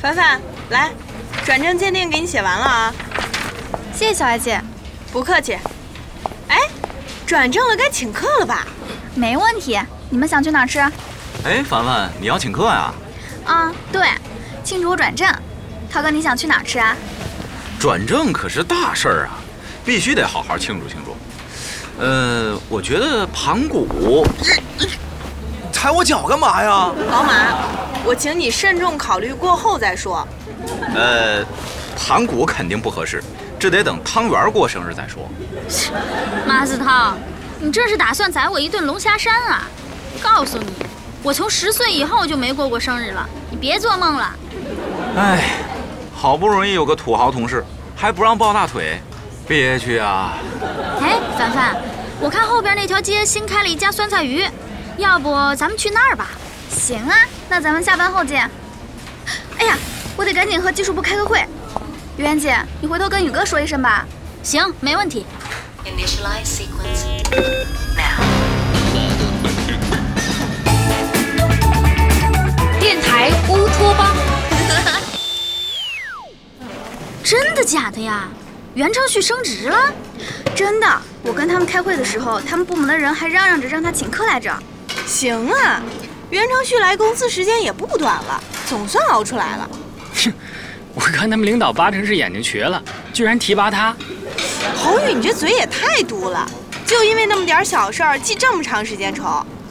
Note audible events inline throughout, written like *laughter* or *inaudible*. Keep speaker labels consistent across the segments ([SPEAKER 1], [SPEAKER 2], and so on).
[SPEAKER 1] 凡凡，来，转正鉴定给你写完了啊，
[SPEAKER 2] 谢谢小艾姐，
[SPEAKER 1] 不客气。哎，转正了该请客了吧？
[SPEAKER 2] 没问题。你们想去哪儿吃？
[SPEAKER 3] 哎，凡凡，你要请客呀、
[SPEAKER 2] 啊，对，庆祝我转正。涛哥，你想去哪儿吃啊？
[SPEAKER 3] 转正可是大事儿啊，必须得好好庆祝庆祝。呃，我觉得盘古，踩我脚干嘛呀？
[SPEAKER 1] 老马，我请你慎重考虑过后再说。
[SPEAKER 3] 呃，盘古肯定不合适，这得等汤圆儿过生日再说。
[SPEAKER 4] 马子涛，你这是打算宰我一顿龙虾山啊？告诉你，我从十岁以后就没过过生日了，你别做梦了。
[SPEAKER 3] 哎，好不容易有个土豪同事，还不让抱大腿，憋屈啊！
[SPEAKER 4] 哎，凡凡，我看后边那条街新开了一家酸菜鱼，要不咱们去那儿吧？
[SPEAKER 2] 行啊，那咱们下班后见。哎呀，我得赶紧和技术部开个会。媛姐，你回头跟宇哥说一声吧。
[SPEAKER 4] 行，没问题。
[SPEAKER 5] Initialize sequence now.
[SPEAKER 6] 电台乌托
[SPEAKER 2] *laughs*
[SPEAKER 6] 邦。
[SPEAKER 4] 真的假的呀？袁承旭升职了？
[SPEAKER 2] 真的，我跟他们开会的时候，他们部门的人还嚷嚷着让他请客来着。
[SPEAKER 1] 行啊，袁承旭来公司时间也不短了，总算熬出来了。
[SPEAKER 7] *laughs* 我看他们领导八成是眼睛瘸了，居然提拔他。
[SPEAKER 1] 侯宇，你这嘴也太毒了，就因为那么点儿小事儿，记这么长时间仇。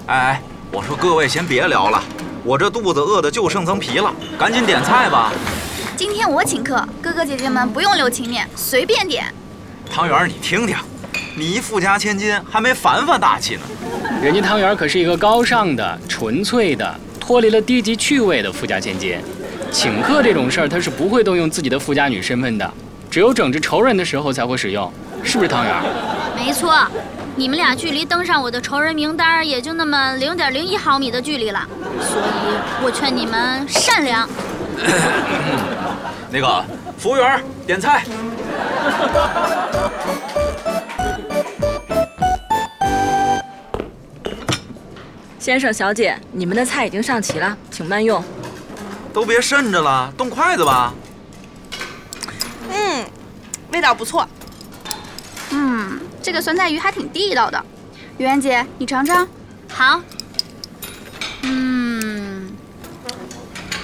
[SPEAKER 3] 哎哎，我说各位先别聊了，我这肚子饿的就剩层皮了，赶紧点菜吧。
[SPEAKER 2] 今天我请客，哥哥姐姐们不用留情面，随便点。
[SPEAKER 3] 汤圆儿，你听听，你一富家千金，还没凡凡大气呢。
[SPEAKER 7] 人家汤圆可是一个高尚的、纯粹的、脱离了低级趣味的富家千金，请客这种事儿他是不会动用自己的富家女身份的，只有整治仇人的时候才会使用，是不是汤圆？
[SPEAKER 4] 没错，你们俩距离登上我的仇人名单儿也就那么零点零一毫米的距离了，所以我劝你们善良。
[SPEAKER 3] 那个服务员儿，点菜。
[SPEAKER 8] 先生、小姐，你们的菜已经上齐了，请慢用。
[SPEAKER 3] 都别渗着了，动筷子吧。
[SPEAKER 1] 嗯，味道不错。
[SPEAKER 2] 嗯，这个酸菜鱼还挺地道的。媛姐，你尝尝。
[SPEAKER 4] 好，嗯，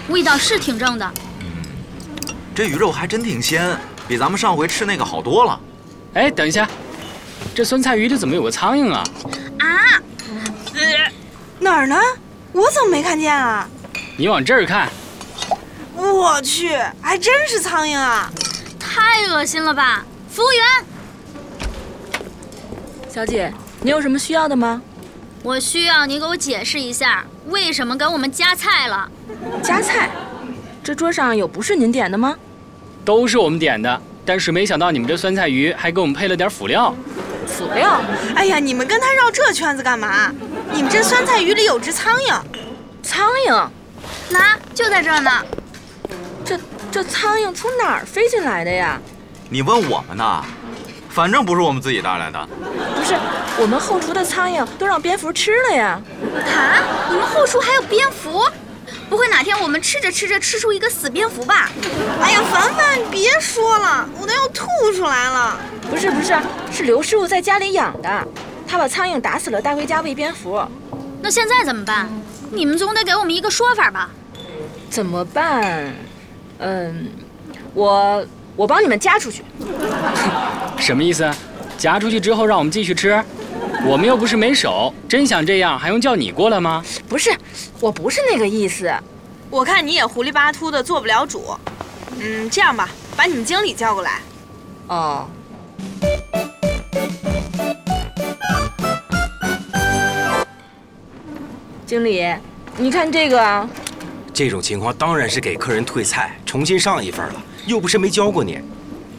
[SPEAKER 4] 味道是挺正的。
[SPEAKER 3] 这鱼肉还真挺鲜，比咱们上回吃那个好多了。
[SPEAKER 7] 哎，等一下，这酸菜鱼里怎么有个苍蝇啊？
[SPEAKER 1] 哪儿呢？我怎么没看见啊？
[SPEAKER 7] 你往这儿看，
[SPEAKER 1] 我去，还真是苍蝇啊！
[SPEAKER 4] 太恶心了吧！服务员，
[SPEAKER 8] 小姐，你有什么需要的吗？
[SPEAKER 4] 我需要你给我解释一下，为什么给我们加菜了？
[SPEAKER 8] 夹菜。这桌上有不是您点的吗？
[SPEAKER 7] 都是我们点的，但是没想到你们这酸菜鱼还给我们配了点辅料。
[SPEAKER 8] 辅料。
[SPEAKER 1] 哎呀，你们跟他绕这圈子干嘛？你们这酸菜鱼里有只苍蝇，
[SPEAKER 8] 苍蝇。
[SPEAKER 2] 拿，就在这儿呢。
[SPEAKER 8] 这这苍蝇从哪儿飞进来的呀？
[SPEAKER 3] 你问我们呢？反正不是我们自己带来的。
[SPEAKER 8] 不是，我们后厨的苍蝇都让蝙蝠吃了呀。
[SPEAKER 2] 啊，你们后厨还有蝙蝠？不会哪天我们吃着吃着吃出一个死蝙蝠吧？
[SPEAKER 1] 哎呀，凡凡，你别说了，我都要吐出来了。
[SPEAKER 8] 不是不是，是刘师傅在家里养的，他把苍蝇打死了，带回家喂蝙蝠。
[SPEAKER 4] 那现在怎么办？
[SPEAKER 2] 嗯
[SPEAKER 4] 你们总得给我们一个说法吧？
[SPEAKER 8] 怎么办？嗯，我我帮你们夹出去。
[SPEAKER 7] 什么意思？夹出去之后让我们继续吃？我们又不是没手，真想这样还用叫你过来吗？
[SPEAKER 8] 不是，我不是那个意思。
[SPEAKER 1] 我看你也糊里巴涂的，做不了主。嗯，这样吧，把你们经理叫过来。
[SPEAKER 8] 哦，经理，你看这个啊，
[SPEAKER 9] 这种情况当然是给客人退菜，重新上一份了，又不是没教过你。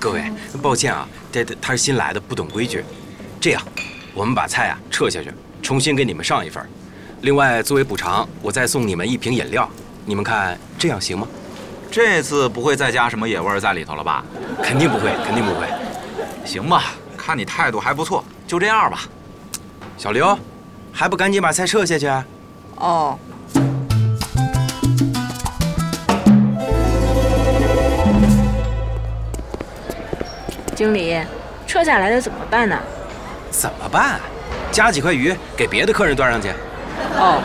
[SPEAKER 9] 各位，抱歉啊，他他他是新来的，不懂规矩。这样，我们把菜啊撤下去，重新给你们上一份。另外，作为补偿，我再送你们一瓶饮料，你们看这样行吗？
[SPEAKER 3] 这次不会再加什么野味儿在里头了吧？
[SPEAKER 9] 肯定不会，肯定不会。
[SPEAKER 3] 行吧，看你态度还不错，就这样吧。
[SPEAKER 9] 小刘，还不赶紧把菜撤下去啊？
[SPEAKER 8] 哦，经理，撤下来的怎么办呢？
[SPEAKER 3] 怎么办？加几块鱼给别的客人端上去。
[SPEAKER 8] 哦，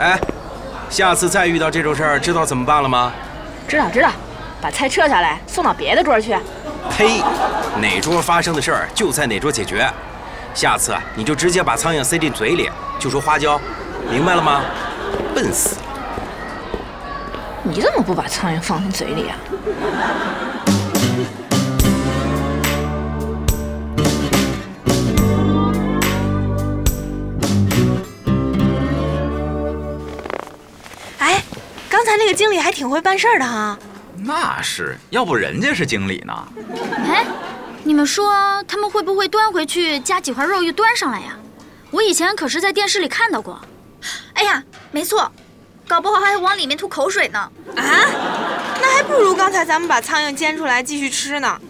[SPEAKER 3] 哎，下次再遇到这种事儿，知道怎么办了吗？
[SPEAKER 8] 知道知道，把菜撤下来送到别的桌去。
[SPEAKER 3] 呸！哪桌发生的事儿就在哪桌解决。下次啊，你就直接把苍蝇塞进嘴里，就说花椒，明白了吗？笨死了！
[SPEAKER 8] 你怎么不把苍蝇放进嘴里啊？
[SPEAKER 1] 哎，刚才那个经理还挺会办事儿的哈。
[SPEAKER 10] 那是，要不人家是经理呢。
[SPEAKER 11] 哎，你们说他们会不会端回去加几块肉又端上来呀？我以前可是在电视里看到过。
[SPEAKER 2] 哎呀，没错，搞不好还往里面吐口水呢。
[SPEAKER 1] 啊，那还不如刚才咱们把苍蝇煎出来继续吃呢。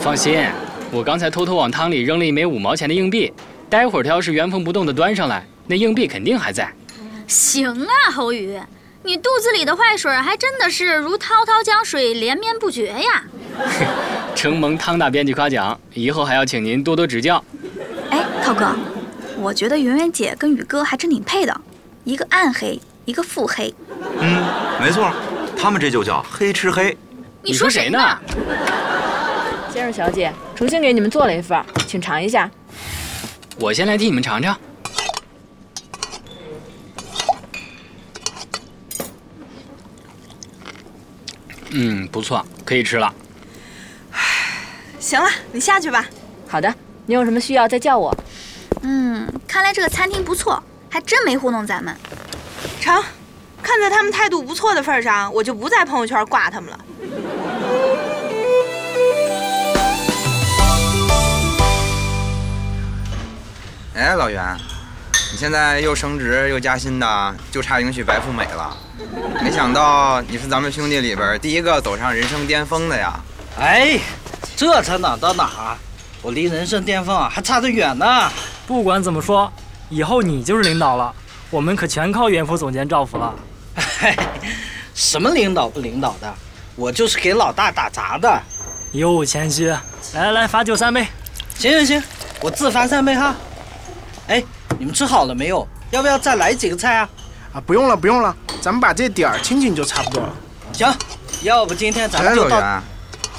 [SPEAKER 7] 放心，我刚才偷偷往汤里扔了一枚五毛钱的硬币，待会儿他要是原封不动的端上来，那硬币肯定还在。
[SPEAKER 11] 行啊，侯宇，你肚子里的坏水还真的是如滔滔江水连绵不绝呀。
[SPEAKER 7] 承蒙汤大编辑夸奖，以后还要请您多多指教。
[SPEAKER 2] 哎，涛哥，我觉得圆圆姐跟宇哥还真挺配的，一个暗黑，一个腹黑。
[SPEAKER 10] 嗯，没错，他们这就叫黑吃黑。
[SPEAKER 11] 你说谁呢？
[SPEAKER 8] 先生、小姐，重新给你们做了一份儿，请尝一下。
[SPEAKER 7] 我先来替你们尝尝。嗯，不错，可以吃了。
[SPEAKER 1] 行了，你下去吧。
[SPEAKER 8] 好的，你有什么需要再叫我。
[SPEAKER 2] 嗯，看来这个餐厅不错，还真没糊弄咱们。
[SPEAKER 1] 成，看在他们态度不错的份儿上，我就不在朋友圈挂他们了。
[SPEAKER 12] 哎，老袁，你现在又升职又加薪的，就差迎娶白富美了。没想到你是咱们兄弟里边第一个走上人生巅峰的呀！
[SPEAKER 13] 哎，这才哪到哪儿？我离人生巅峰啊还差得远呢。
[SPEAKER 14] 不管怎么说，以后你就是领导了，我们可全靠袁副总监照拂了。
[SPEAKER 13] 什么领导不领导的，我就是给老大打杂的。
[SPEAKER 14] 又谦虚，来来来，罚酒三杯。
[SPEAKER 13] 行行行，我自罚三杯哈。哎，你们吃好了没有？要不要再来几个菜啊？
[SPEAKER 15] 啊，不用了不用了，咱们把这点儿清清就差不多了。
[SPEAKER 13] 行，要不今天咱
[SPEAKER 12] 哎，
[SPEAKER 13] 们
[SPEAKER 12] 老
[SPEAKER 13] 就到
[SPEAKER 12] 袁，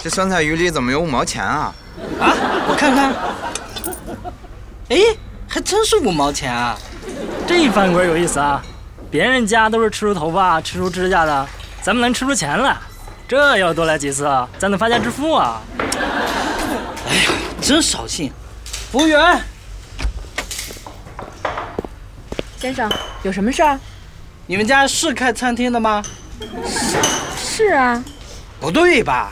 [SPEAKER 12] 这酸菜鱼里怎么有五毛钱啊？
[SPEAKER 13] 啊，我看看。哎，还真是五毛钱啊！
[SPEAKER 14] 这饭馆有意思啊，别人家都是吃出头发、吃出指甲的，咱们能吃出钱来。这要多来几次，啊，咱能发家致富啊！
[SPEAKER 13] 哎真扫兴。服务员，
[SPEAKER 8] 先生，有什么事儿？
[SPEAKER 13] 你们家是开餐厅的吗？
[SPEAKER 8] 是啊，
[SPEAKER 13] 不对吧？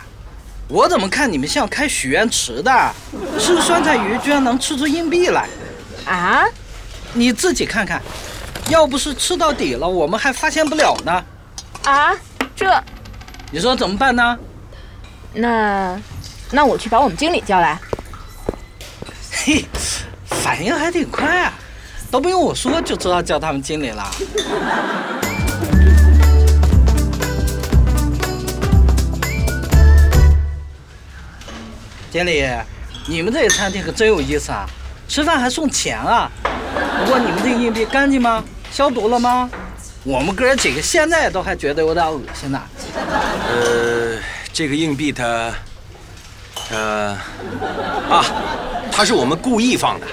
[SPEAKER 13] 我怎么看你们像开许愿池的？吃酸菜鱼居然能吃出硬币来？
[SPEAKER 8] 啊？
[SPEAKER 13] 你自己看看，要不是吃到底了，我们还发现不了呢。
[SPEAKER 8] 啊，这
[SPEAKER 13] 你说怎么办呢？
[SPEAKER 8] 那那我去把我们经理叫来。
[SPEAKER 13] 嘿，反应还挺快啊，都不用我说就知道叫他们经理了。经理，你们这个餐厅可真有意思啊，吃饭还送钱啊！不过你们这硬币干净吗？消毒了吗？我们哥几个现在都还觉得有点恶心呢。
[SPEAKER 3] 呃，这个硬币它，呃，啊，它是我们故意放的。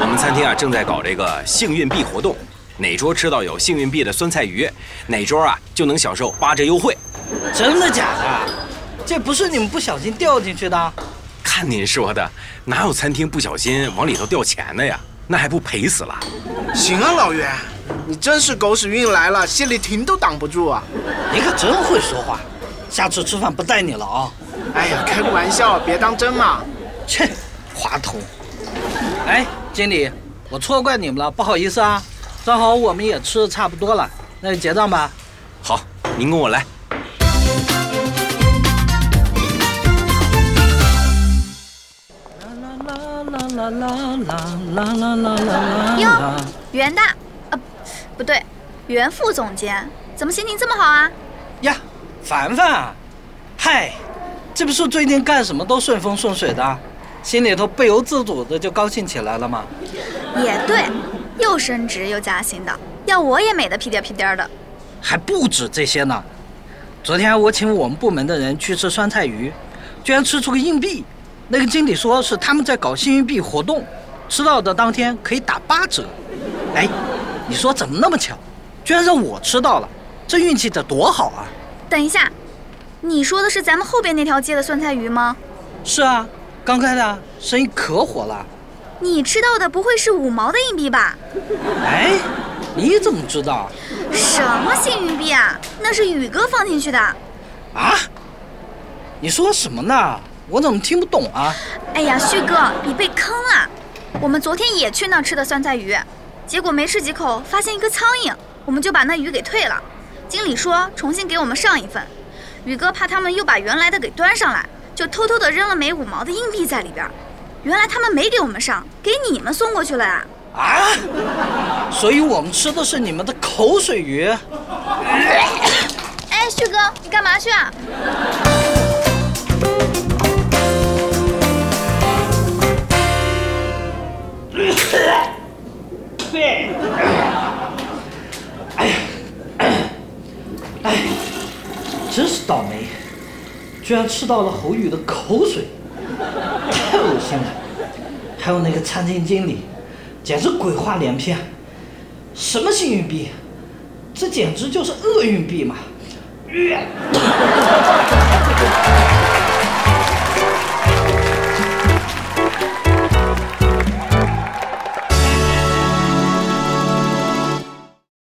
[SPEAKER 3] 我们餐厅啊正在搞这个幸运币活动，哪桌吃到有幸运币的酸菜鱼，哪桌啊就能享受八折优惠。
[SPEAKER 13] 真的假的？这不是你们不小心掉进去的？
[SPEAKER 3] 看您说的，哪有餐厅不小心往里头掉钱的呀？那还不赔死了？
[SPEAKER 15] 行啊，老袁，你真是狗屎运来了，谢丽婷都挡不住啊！
[SPEAKER 13] 你可真会说话，下次吃饭不带你了啊！
[SPEAKER 15] 哎呀，开个玩笑，别当真嘛。
[SPEAKER 13] 切，滑头。哎，经理，我错怪你们了，不好意思啊。正好我们也吃的差不多了，那就结账吧。
[SPEAKER 3] 好，您跟我来。
[SPEAKER 13] 啦啦啦啦啦啦啦
[SPEAKER 2] 哟，袁大，呃，不对，袁副总监，怎么心情这么好啊？
[SPEAKER 13] 呀，凡凡啊，嗨，这不是最近干什么都顺风顺水的？心里头不由自主的就高兴起来了嘛。
[SPEAKER 2] 也对，又升职又加薪的，要我也美得屁颠屁颠的。
[SPEAKER 13] 还不止这些呢。昨天我请我们部门的人去吃酸菜鱼，居然吃出个硬币。那个经理说是他们在搞幸运币活动，吃到的当天可以打八折。哎，你说怎么那么巧，居然让我吃到了，这运气得多好啊！
[SPEAKER 2] 等一下，你说的是咱们后边那条街的酸菜鱼吗？
[SPEAKER 13] 是啊，刚开的生意可火了。
[SPEAKER 2] 你吃到的不会是五毛的硬币吧？
[SPEAKER 13] 哎，你怎么知道？
[SPEAKER 2] 什么幸运币啊？那是宇哥放进去的。
[SPEAKER 13] 啊？你说什么呢？我怎么听不懂啊？
[SPEAKER 2] 哎呀，旭哥，你被坑了！我们昨天也去那儿吃的酸菜鱼，结果没吃几口，发现一个苍蝇，我们就把那鱼给退了。经理说重新给我们上一份，宇哥怕他们又把原来的给端上来，就偷偷的扔了枚五毛的硬币在里边。原来他们没给我们上，给你们送过去了呀、
[SPEAKER 13] 啊！啊！所以我们吃的是你们的口水鱼。
[SPEAKER 2] 哎，旭哥，你干嘛去啊？
[SPEAKER 13] 对，哎呀，哎，真是倒霉，居然吃到了侯宇的口水，太恶心了。还有那个餐厅经理，简直鬼话连篇，什么幸运币，这简直就是厄运币嘛！